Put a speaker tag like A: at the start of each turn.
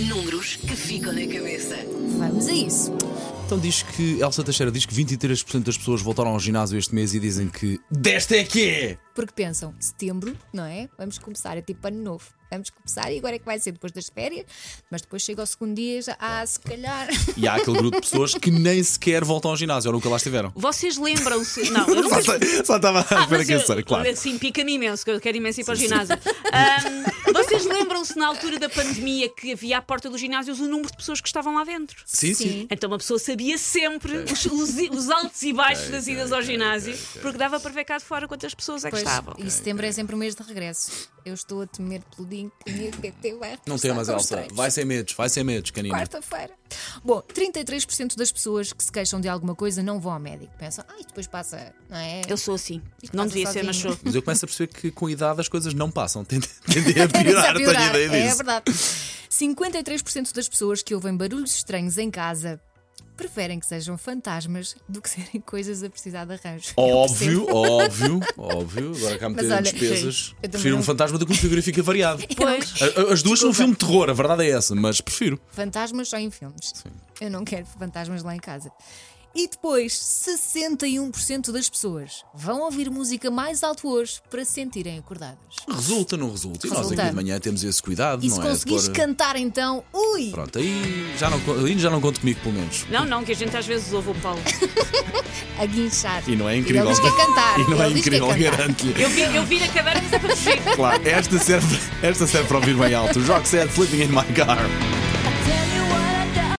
A: Números que ficam na cabeça.
B: Vamos a isso.
C: Então diz que Elsa Teixeira diz que 23% das pessoas voltaram ao ginásio este mês e dizem que desta é que é!
B: Porque pensam, setembro, não é? Vamos começar, é tipo ano novo. Vamos começar e agora é que vai ser depois das férias, mas depois chega ao segundo dia e já, ah, se calhar.
C: E há aquele grupo de pessoas que nem sequer voltam ao ginásio, ou nunca lá estiveram.
D: Vocês lembram-se. Não, eu nunca.
C: Só
B: Ah,
C: estava a
D: Mas
C: esperar que
D: eu-
C: isso era, claro.
D: Sim, pica-me imenso, que eu quero imenso ir para o ginásio. Ahm, vocês lembram-se na altura da pandemia que havia à porta dos ginásios o número de pessoas que estavam lá dentro?
C: Sim, sim.
B: Sim.
D: Então uma pessoa sabia sempre os, os i- os altos e baixos das idas ao ginásio, porque dava para ver cá de fora quantas pessoas é que
B: Pois,
D: estavam.
B: e setembro é sempre o mês de regresso. Eu estou a temer pelo dia em que o meu PT vai
C: Não
B: regressar
C: temas,
B: com os
C: Elsa.
B: treinos.
C: Vai assim, né? sem medos, vai sem medos, canina.
B: Quarta-feira. Bom, 33% das pessoas que se queixam de alguma coisa não vão ao médico. Pensam, ah, isto depois passa, não é?
D: Eu sou assim.
B: Isto
D: Não
B: passa
D: devia ser, mas
B: sozinho.
D: sou.
C: Mas eu começo a perceber que com a idade as coisas não passam. Tendem tendem a piorar, tenho
B: Piorar,
C: ideia
B: É
C: disso.
B: verdade. 53% das pessoas que ouvem barulhos estranhos em casa preferem que sejam fantasmas do que serem coisas a precisar de arranjo. Eu
C: Óbvio,
B: percebo.
C: óbvio, óbvio. Agora cá
B: Mas
C: meter
B: olha,
C: despesas.
B: sim, eu também
C: Prefiro um
B: não-
C: fantasma do que um frigorífico variado.
D: Pois.
C: As duas são um filme de terror, a verdade é essa, mas prefiro.
B: Fantasmas só em filmes. Eu não quero fantasmas lá em casa. E depois, 61% das pessoas vão ouvir música mais alto hoje para se sentirem acordadas.
C: Resulta, não resulta. E nós
B: Resulta.
C: aqui de manhã temos esse cuidado,
B: E
C: não
B: se
C: é? De
B: conseguires
C: pôr-
B: cantar então, ui!
C: Pronto, aí já, não, aí já não conto comigo, pelo menos.
D: Não, não, que a gente às vezes ouve o Paulo.
B: a guinchar.
C: E não é incrível.
B: Ele diz que é cantar.
C: E não é
B: ele diz que
C: incrível,
B: cantar.
C: garanto-lhe.
D: Eu vi, eu vi na cadeira, mas é para fugir.
C: Claro, esta serve, esta serve para ouvir bem alto. Roxette, Sleeping in My Car.